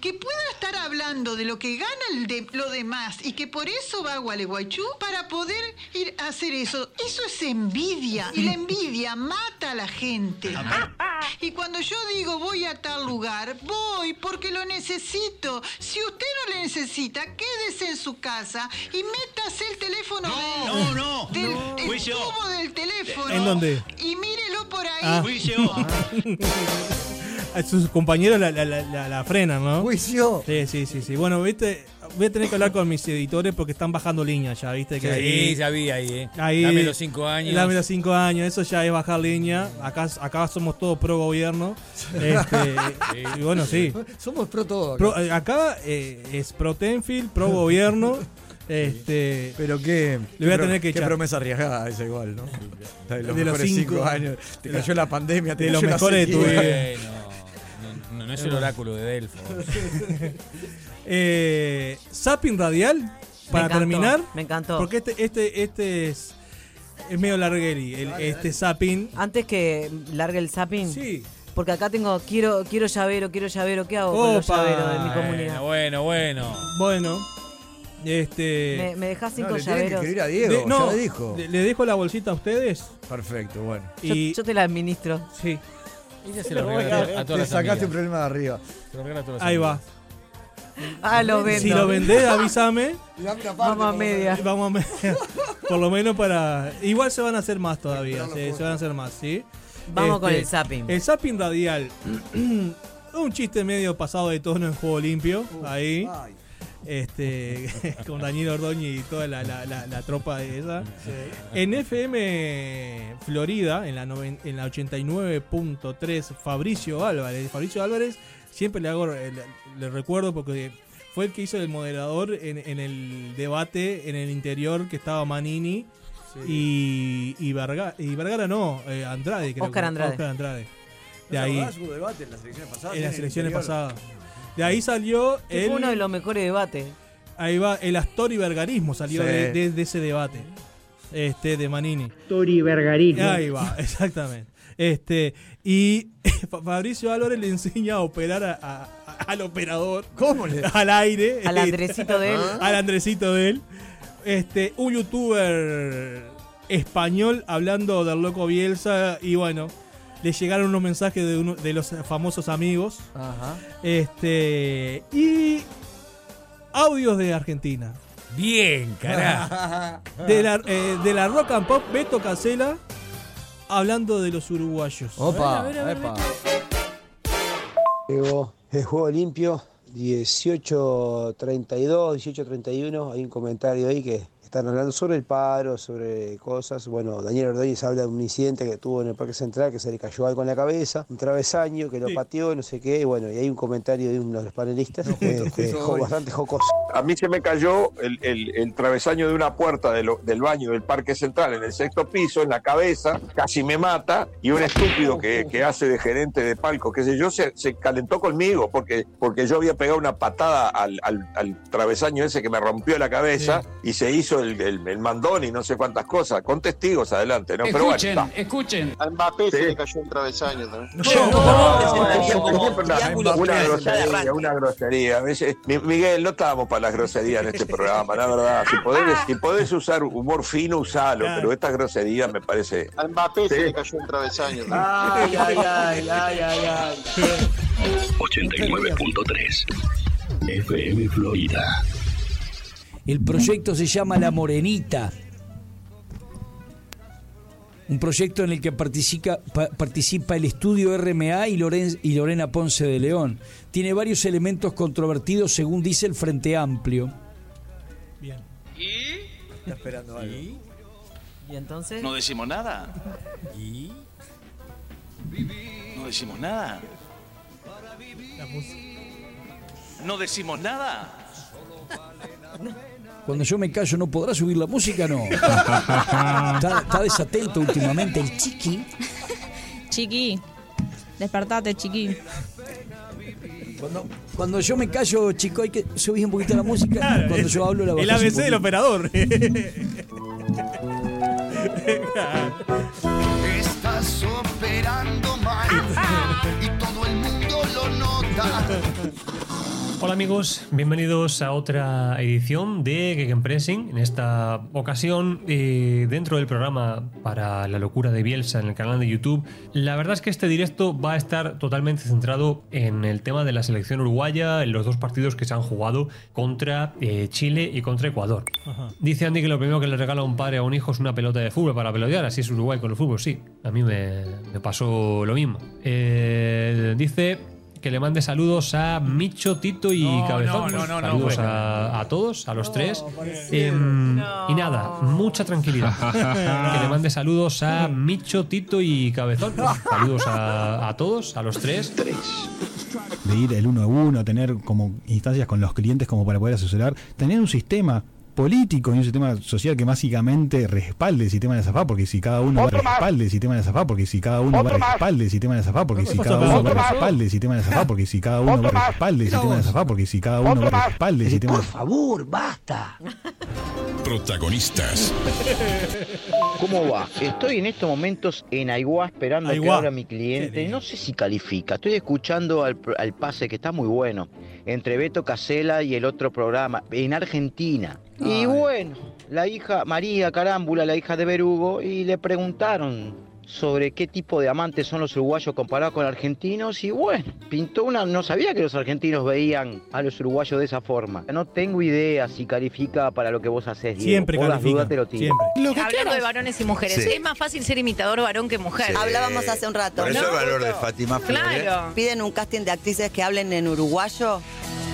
Speaker 20: que pueda estar hablando de lo que gana el de, lo demás y que por eso va a Gualeguaychú para poder ir a hacer eso? Eso es envidia y la envidia mata a la gente. Y cuando yo digo voy a tal lugar, voy porque lo necesito. Si usted no le necesita, quédese en su casa y métase el teléfono del,
Speaker 24: no, no.
Speaker 20: del
Speaker 24: No.
Speaker 20: el
Speaker 24: Fui yo.
Speaker 20: tubo del teléfono.
Speaker 3: ¿En dónde?
Speaker 20: Y mírelo por ahí.
Speaker 3: Ah. A sus compañeros la, la- la- la- la frenan, ¿no?
Speaker 2: Juicio.
Speaker 3: Sí, sí, sí, sí. Bueno, viste, voy a tener que hablar con mis editores porque están bajando línea ya, viste que
Speaker 5: Sí,
Speaker 3: ahí-
Speaker 5: ya vi ahí, eh.
Speaker 3: Ahí,
Speaker 5: Dame los cinco años.
Speaker 3: Dame los cinco años, eso ya es bajar línea. Acá, acá somos todos pro gobierno. Este, y bueno, sí.
Speaker 12: Somos pro todo.
Speaker 3: Pro- eh, acá eh, es pro Tenfield, pro gobierno. Este,
Speaker 16: Pero qué.
Speaker 3: Le voy a
Speaker 16: qué pro-
Speaker 3: tener que
Speaker 16: Qué
Speaker 3: echar.
Speaker 16: promesa arriesgada esa igual, ¿no? La De los,
Speaker 3: De los
Speaker 16: mejores cinco,
Speaker 3: cinco.
Speaker 16: años. Te
Speaker 3: De la-
Speaker 16: cayó la pandemia, te
Speaker 3: de los
Speaker 16: cayó la
Speaker 3: mejores de tu
Speaker 16: sequía.
Speaker 3: vida.
Speaker 5: No, no, no es el oráculo de Delfo.
Speaker 3: eh, Zapping radial para
Speaker 4: encantó,
Speaker 3: terminar.
Speaker 4: me encantó.
Speaker 3: Porque este, este, este es, es medio largueri. el- este zapping.
Speaker 4: Antes que largue el zapping.
Speaker 3: Sí.
Speaker 4: Porque acá tengo, quiero, quiero llavero, quiero llavero. ¿Qué hago con los
Speaker 3: Opa.
Speaker 4: llaveros de mi comunidad?
Speaker 5: Bueno, bueno.
Speaker 3: Bueno. Este.
Speaker 4: Me- me dejás cinco No, le tiene que llaveros. escribir a
Speaker 16: Diego,
Speaker 3: Le- no,
Speaker 16: ya le dijo.
Speaker 3: Le, le dejo la bolsita a ustedes.
Speaker 16: Perfecto, bueno.
Speaker 4: Yo, yo te la administro.
Speaker 3: Sí.
Speaker 5: se lo regala a todas
Speaker 16: Te
Speaker 5: las
Speaker 16: sacaste
Speaker 5: amigas.
Speaker 16: un problema de arriba.
Speaker 5: Se lo regala a todas las
Speaker 3: Ahí
Speaker 5: amigas.
Speaker 3: va.
Speaker 4: Ah, lo vendo.
Speaker 3: Si lo vendés, avísame.
Speaker 4: Vamos a media.
Speaker 3: Vamos a media. Por lo menos para. Igual se van a hacer más todavía. sí, se van a hacer más, ¿sí? Este,
Speaker 4: Vamos con el zapping.
Speaker 3: El zapping radial. Un chiste medio pasado de tono en juego limpio. ahí. Este, con Daniel Ordóñez y toda la, la- la- la tropa de esa. En FM Florida, en la, noven- en la 89.3, Fabricio Álvarez. Fabricio Álvarez, siempre le hago eh, le- le recuerdo porque fue el que hizo el moderador en, en el debate en el interior que estaba Manini y, y, Verga- y Vergara, no, eh, Andrade, creo.
Speaker 4: Oscar
Speaker 3: que-
Speaker 4: Andrade.
Speaker 3: Oscar Andrade. De
Speaker 4: ¿No te
Speaker 3: ahí,
Speaker 4: acordás?
Speaker 16: Hubo debate en las elecciones pasadas.
Speaker 3: en las
Speaker 16: el
Speaker 3: elecciones
Speaker 16: interior.
Speaker 3: pasadas. De ahí salió
Speaker 4: Que
Speaker 3: el.
Speaker 4: Fue uno de los mejores debates.
Speaker 3: Ahí va, el astorivergarismo salió
Speaker 25: Sí.
Speaker 3: de, de- de ese debate este, de Manini.
Speaker 25: Astorivergarismo.
Speaker 3: Ahí va, exactamente. Este, y Fa- Fabricio Álvarez le enseña a operar a- a- a- al operador.
Speaker 2: ¿Cómo le-
Speaker 3: Al aire.
Speaker 4: Al Andresito de él.
Speaker 3: Al Andresito de él. Este, un youtuber español hablando del loco Bielsa y bueno, le llegaron unos mensajes de, uno- de los famosos amigos.
Speaker 25: Ajá.
Speaker 3: Este, y audios de Argentina.
Speaker 26: Bien,
Speaker 25: carajo.
Speaker 27: Ah.
Speaker 3: De la, eh, de la rock and pop Beto Casela hablando de los uruguayos.
Speaker 1: Opa, A ver, a ver, epa. Llegó el juego limpio, 18-32, 18-31. Hay un comentario ahí que están hablando sobre el paro, sobre cosas. Bueno, Daniel Ordóñez habla de un incidente que tuvo en el Parque Central, que se le cayó algo en la cabeza, un travesaño que lo pateó, no sé qué. Y bueno, y hay un comentario de uno de los panelistas que, que
Speaker 15: justo
Speaker 1: jo-
Speaker 15: hoy.
Speaker 1: bastante jocoso.
Speaker 15: A mí se me cayó el, el- el travesaño de una puerta de lo- del baño del Parque Central en el sexto piso, en la cabeza, casi me mata, y un estúpido que, que hace de gerente de palco, qué sé yo, se, se calentó conmigo porque, porque yo había pegado una patada al, al- al travesaño ese que me rompió la cabeza y se hizo el, el- el mandón y no sé cuántas cosas, con testigos adelante, ¿no? Pero bueno, está.
Speaker 28: escuchen.
Speaker 15: Al Mbappé se le cayó un travesaño también. una, una grosería, una grosería. A veces- Mi- Miguel, no estábamos para las groserías en este programa, la verdad. Si podés, si podés usar humor fino, usalo, pero estas groserías me parece.
Speaker 6: Al Mbappé
Speaker 15: se le
Speaker 6: cayó un travesaño.
Speaker 15: Ay, ay, ay,
Speaker 6: ay, ay, ay.
Speaker 11: 89.3 FM Florida.
Speaker 27: El proyecto se llama La Morenita. Un proyecto en el que participa, pa- participa el estudio RMA y, Loren- y Lorena Ponce de León. Tiene varios elementos controvertidos según dice el Frente Amplio.
Speaker 2: Está esperando algo.
Speaker 4: ¿Y entonces?
Speaker 28: No decimos nada. ¿Y? No decimos nada. No decimos nada.
Speaker 27: Cuando yo me callo, ¿no podrá subir la música? No. está, está desatento últimamente el chiqui.
Speaker 22: Chiqui, despertate, chiqui.
Speaker 27: Cuando, cuando yo me callo, chico, hay que subir un poquito la música. cuando yo hablo, la
Speaker 3: El
Speaker 27: bajás un
Speaker 3: ABC del
Speaker 27: poquito.
Speaker 3: operador.
Speaker 25: Estás operando mal y todo el mundo lo nota.
Speaker 29: Hola amigos, bienvenidos a otra edición de Gegenpressing. En esta ocasión, eh, dentro del programa para la locura de Bielsa en el canal de YouTube, la verdad es que este directo va a estar totalmente centrado en el tema de la selección uruguaya, en los dos partidos que se han jugado contra eh, Chile y contra Ecuador. Dice Andy que lo primero que le regala un padre a un hijo es una pelota de fútbol para pelotear, así es Uruguay con el fútbol, sí. A mí me, me pasó lo mismo. Eh, dice que le mande saludos a Micho, Tito y
Speaker 11: No,
Speaker 29: Cabezón.
Speaker 11: no, no, no, no,
Speaker 29: saludos
Speaker 11: bueno.
Speaker 29: a, a todos, a los tres.
Speaker 11: parecido.
Speaker 29: Em, Y nada, mucha tranquilidad. que le mande saludos a Micho, Tito y Cabezón. Saludos a, a todos, a los tres.
Speaker 30: de ir el uno a uno, tener como instancias con los clientes como para poder asesorar, tener un sistema político y un sistema social que básicamente respalde el sistema de Zafá, porque si cada uno va
Speaker 25: Otro más.
Speaker 30: respalde el sistema de Zafá, porque si cada uno va respalde el sistema de Zafá, porque si
Speaker 25: Otro
Speaker 30: cada uno
Speaker 25: más.
Speaker 30: va respalde el sistema de Zafá, porque si cada uno va respalde el sistema de Zafá, porque si cada uno va respalde el sistema de Zafá.
Speaker 25: favor, basta.
Speaker 11: Protagonistas.
Speaker 31: ¿Cómo va? Estoy en estos momentos en Aiguá esperando a que
Speaker 11: Aiguá.
Speaker 31: abra mi cliente. No sé si califica. Estoy escuchando al, pr- al pase que está muy bueno. Entre Beto Casela y el otro programa. En Argentina. Y bueno, la hija María Carámbula, la hija de Berugo, y le preguntaron sobre qué tipo de amantes son los uruguayos comparados con argentinos y bueno, pintó una, no sabía que los argentinos veían a los uruguayos de esa forma. No tengo idea si califica para lo que vos haces. Diego.
Speaker 3: Siempre
Speaker 31: Por las
Speaker 3: califica,
Speaker 31: dudas te lo tiro.
Speaker 3: siempre.
Speaker 30: Hablando de varones y mujeres,
Speaker 31: Sí.
Speaker 30: es más fácil ser imitador varón que mujer.
Speaker 31: Sí. Hablábamos hace un rato.
Speaker 30: ¿no?
Speaker 31: Por
Speaker 10: Eso es valor de Fátima Flores.
Speaker 30: Claro.
Speaker 31: Piden un casting de actrices que hablen en uruguayo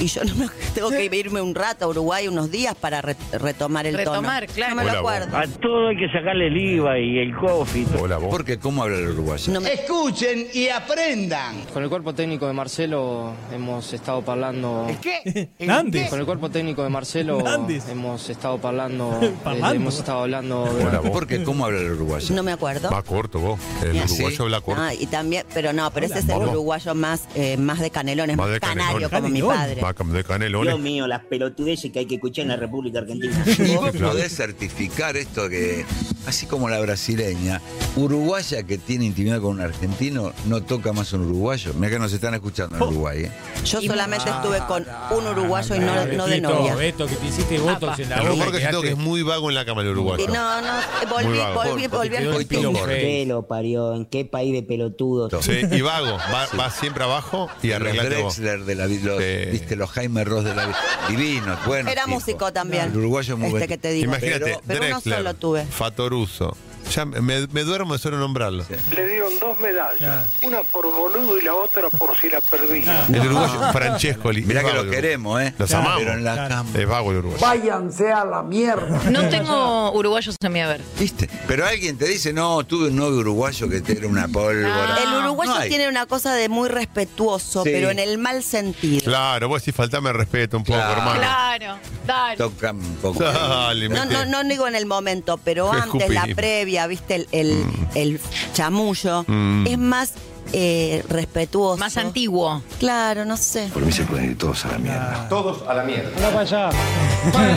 Speaker 31: y yo no me, tengo que irme un rato a Uruguay unos días para re- retomar el
Speaker 30: Retomar,
Speaker 31: tono.
Speaker 30: claro.
Speaker 31: No me lo acuerdo.
Speaker 10: A todo hay que sacarle el IVA y el coffee. Hola, vos. Porque ¿cómo habla el uruguayo?
Speaker 31: Escuchen y aprendan.
Speaker 5: Con el cuerpo técnico de Marcelo hemos estado parlando.
Speaker 31: ¿Qué?
Speaker 5: Nandes. Con el cuerpo técnico de Marcelo
Speaker 31: Nandes.
Speaker 5: hemos estado parlando.
Speaker 31: Parlando.
Speaker 5: eh, hemos estado hablando.
Speaker 10: Hola, vos. Porque ¿cómo habla el uruguayo?
Speaker 31: No me acuerdo.
Speaker 10: Va corto, vos. El
Speaker 31: Ah,
Speaker 10: uruguayo
Speaker 31: sí.
Speaker 10: habla corto.
Speaker 31: Ah, y también, pero no, pero
Speaker 10: Hola.
Speaker 31: ese es el
Speaker 10: Vamos.
Speaker 31: uruguayo más, eh, más de canelones,
Speaker 10: Más
Speaker 31: más,
Speaker 10: de
Speaker 31: canario,
Speaker 10: canelón.
Speaker 31: como mi padre.
Speaker 10: Va
Speaker 32: Macam de canelones.
Speaker 9: Dios mío, las pelotudeces que hay que escuchar en la República Argentina.
Speaker 10: Y vos podés certificar esto que, así como la brasileña, uruguaya que tiene intimidad con un argentino no toca más un uruguayo. Mira que nos están escuchando en Uruguay. ¿eh?
Speaker 30: Yo solamente estuve con un uruguayo y no, no de
Speaker 5: Betito,
Speaker 30: novia.
Speaker 10: eh.
Speaker 5: Beto, que te hiciste botox en la
Speaker 32: A lo
Speaker 5: boca.
Speaker 32: mejor que siento que es muy vago en la cámara el uruguayo.
Speaker 30: Y no, no,
Speaker 32: Muy
Speaker 30: volví,
Speaker 32: vago.
Speaker 30: volví, volví al
Speaker 32: Sí,
Speaker 9: ¿Qué lo parió? ¿En qué país de pelotudos?
Speaker 32: y vago. Va, va siempre abajo y
Speaker 10: Los
Speaker 32: arreglate vos.
Speaker 10: Drexler de la vi- los, viste, los Jaime Ross de la vida. Divinos, buenos.
Speaker 30: Era
Speaker 10: tipos.
Speaker 30: músico también.
Speaker 10: El uruguayo es muy
Speaker 30: Este
Speaker 10: bueno.
Speaker 30: que te digo.
Speaker 32: Imagínate,
Speaker 30: pero, pero uno
Speaker 32: Drexler,
Speaker 30: solo tuve.
Speaker 32: Fatoruso. Ya me, me duermo de solo nombrarlo.
Speaker 7: Le dieron dos medallas, una por boludo y la otra por si la perdía.
Speaker 32: El uruguayo Francescoli.
Speaker 10: Mirá
Speaker 32: es
Speaker 10: que
Speaker 32: vago
Speaker 10: lo
Speaker 32: el uruguayo.
Speaker 10: queremos, ¿eh?
Speaker 32: Los
Speaker 10: Claro.
Speaker 32: amamos.
Speaker 10: Pero en la cama.
Speaker 32: Es vago el uruguayo.
Speaker 33: Váyanse a la mierda.
Speaker 31: No tengo uruguayos en mi haber.
Speaker 10: ¿Viste? Pero alguien te dice, no, tuve un novio uruguayo que te era una pólvora.
Speaker 30: Ah, El uruguayo
Speaker 10: No hay.
Speaker 30: tiene una cosa de muy respetuoso,
Speaker 10: Sí.
Speaker 30: pero en el mal sentido.
Speaker 32: Claro, vos decís faltame el respeto un poco, hermano.
Speaker 30: Claro, dale.
Speaker 10: Toca un poco.
Speaker 32: Dale,
Speaker 30: No,
Speaker 32: meté.
Speaker 30: no, no digo en el momento, pero
Speaker 32: Qué
Speaker 30: antes, la
Speaker 32: escupidismo.
Speaker 30: previa, viste, el, el, el chamullo,
Speaker 32: Mm.
Speaker 30: es más eh, respetuoso. Más antiguo. Claro, no sé.
Speaker 33: Por mí se pueden ir todos a la mierda. Todos a la mierda.
Speaker 3: No para allá.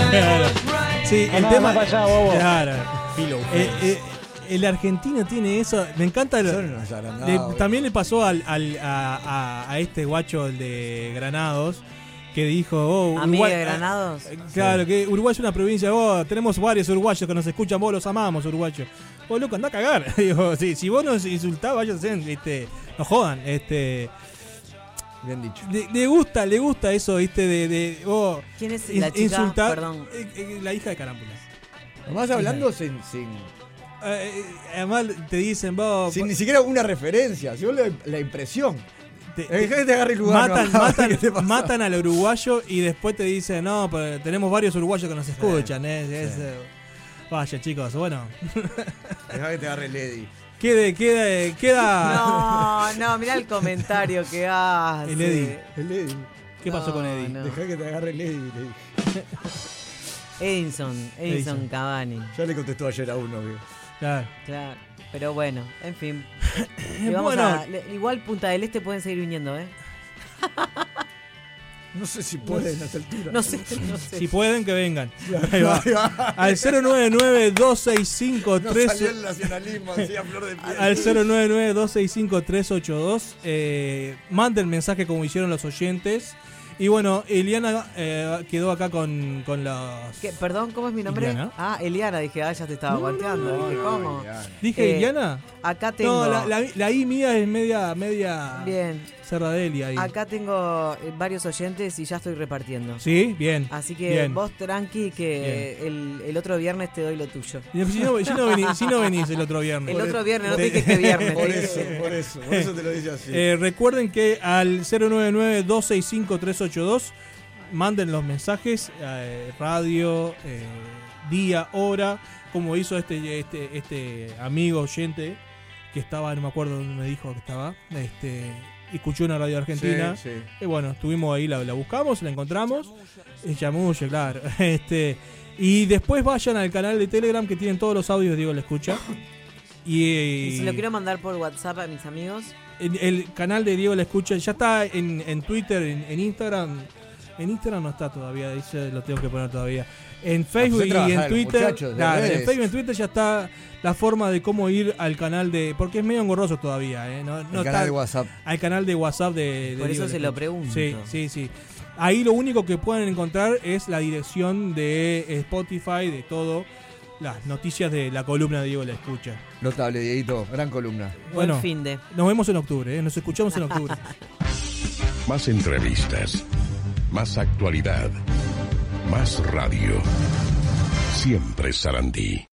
Speaker 3: sí, el
Speaker 33: Andá,
Speaker 3: tema.
Speaker 33: andá para allá, bobo.
Speaker 3: Claro. Eh, eh, el argentino tiene eso. Me encanta. lo- le-
Speaker 2: boludo.
Speaker 3: también le pasó al, al- a, a- a este guacho, el de Granados. Que dijo, oh,
Speaker 4: ¿Amigo de Granados?
Speaker 3: eh, Claro, que Uruguay es una provincia, oh, tenemos varios uruguayos que nos escuchan, vos los amamos, uruguayos. Vos, loco, andá a cagar. Digo, sí, si vos nos insultás, váyanse, este, no jodan. Este,
Speaker 2: Bien dicho.
Speaker 3: le, le gusta, le gusta eso, viste, de, de oh,
Speaker 4: ¿Quién es
Speaker 3: in-
Speaker 4: la chica?
Speaker 3: insultar-
Speaker 4: Perdón.
Speaker 3: eh, eh, la hija de Carámbula.
Speaker 2: Nomás hablando sin, sin,
Speaker 3: Eh, además te dicen, vos.
Speaker 2: sin ni siquiera una referencia, sino la, la impresión.
Speaker 3: Te,
Speaker 2: Dejá que te agarre el lugar.
Speaker 3: Matan,
Speaker 2: ¿no?
Speaker 3: matan,
Speaker 2: ¿Qué te pasa?
Speaker 3: matan al uruguayo y después te dicen, no, pero tenemos varios uruguayos que nos escuchan. eh, es, eh, Vaya, chicos, bueno.
Speaker 2: Dejá que te agarre el Eddy.
Speaker 3: Quede, queda, queda.
Speaker 4: No, no, mirá el comentario que hace.
Speaker 3: El Eddy.
Speaker 2: El Eddy.
Speaker 3: ¿Qué pasó con Eddie?
Speaker 2: Dejá que te agarre el Eddy. le dije.
Speaker 4: Edison, Edison
Speaker 2: Edison.
Speaker 4: Cavani.
Speaker 2: Ya le contestó ayer a uno, viejo.
Speaker 3: Claro.
Speaker 4: Claro. Pero bueno, en fin. Le vamos
Speaker 2: Bueno.
Speaker 4: a- le- igual Punta del Este pueden seguir viniendo, ¿eh?
Speaker 2: No sé si pueden a esta altura.
Speaker 4: No sé, no sé.
Speaker 3: Si pueden, que vengan.
Speaker 2: Claro,
Speaker 3: Ahí va.
Speaker 2: ahí va.
Speaker 3: Al 099 265
Speaker 2: No salió el nacionalismo así a flor de piel.
Speaker 3: al 099-265-382. Eh, manden mensaje como hicieron los oyentes. Y bueno, Eliana eh, quedó acá con, con los.
Speaker 4: ¿Qué? Perdón, ¿cómo es mi nombre?
Speaker 3: Eliana.
Speaker 4: Ah, Eliana, dije, ah, ya te estaba guanteando. dije, ¿cómo?
Speaker 3: ¿Dije
Speaker 4: Eh,
Speaker 3: Eliana?
Speaker 4: Acá tengo.
Speaker 3: No, la, la, la I mía es media. media
Speaker 4: Bien.
Speaker 3: Cerradelia ahí.
Speaker 4: Acá tengo eh, varios oyentes y ya estoy repartiendo.
Speaker 3: Sí, bien.
Speaker 4: Así que
Speaker 3: bien.
Speaker 4: vos tranqui que el, el otro viernes te doy lo tuyo.
Speaker 3: Y Si no, si no veni- si no venís el otro viernes.
Speaker 4: El otro viernes, no te dije este viernes.
Speaker 2: Por
Speaker 4: te
Speaker 2: eso,
Speaker 4: dije-
Speaker 2: por eso, por eso te lo dice así.
Speaker 3: Eh, recuerden que al 099-265-382 manden los mensajes, eh, radio, eh, día, hora, como hizo este, este, este amigo oyente que estaba, no me acuerdo dónde me dijo que estaba, este, escuchó una radio argentina.
Speaker 2: Sí, sí.
Speaker 3: Y bueno, estuvimos ahí, la, la buscamos, la encontramos. Eh, Chamuyo, claro. Este, y después vayan al canal de Telegram que tienen todos los audios, digo, la escucha. Y,
Speaker 4: Y si lo quiero mandar por WhatsApp a mis amigos,
Speaker 3: el, el canal de Diego La Escucha ya está en, en Twitter, en, en Instagram. En Instagram no está todavía, dice, lo tengo que poner todavía. En Facebook
Speaker 2: Hacé
Speaker 3: y
Speaker 2: trabajar Ah, a
Speaker 3: en
Speaker 2: los
Speaker 3: Twitter.
Speaker 2: muchachos de
Speaker 3: claro, en
Speaker 2: redes.
Speaker 3: Facebook y en Twitter ya está la forma de cómo ir al canal de. Porque es medio engorroso todavía, ¿eh? No, no
Speaker 2: canal
Speaker 3: está-
Speaker 2: de WhatsApp.
Speaker 3: Al canal de WhatsApp de. de
Speaker 4: Por
Speaker 3: Diego
Speaker 4: eso
Speaker 3: La
Speaker 4: se lo
Speaker 3: Escucha.
Speaker 4: pregunto.
Speaker 3: Sí, sí, sí. Ahí lo único que pueden encontrar es la dirección de Spotify, de todo. Las noticias de la columna de Diego La Escucha.
Speaker 2: Notable, Dieguito. Gran columna.
Speaker 3: Bueno,
Speaker 4: fin de.
Speaker 3: nos vemos en octubre, ¿eh? nos escuchamos en octubre.
Speaker 15: Más entrevistas. Más actualidad. Más radio. Siempre Sarandí.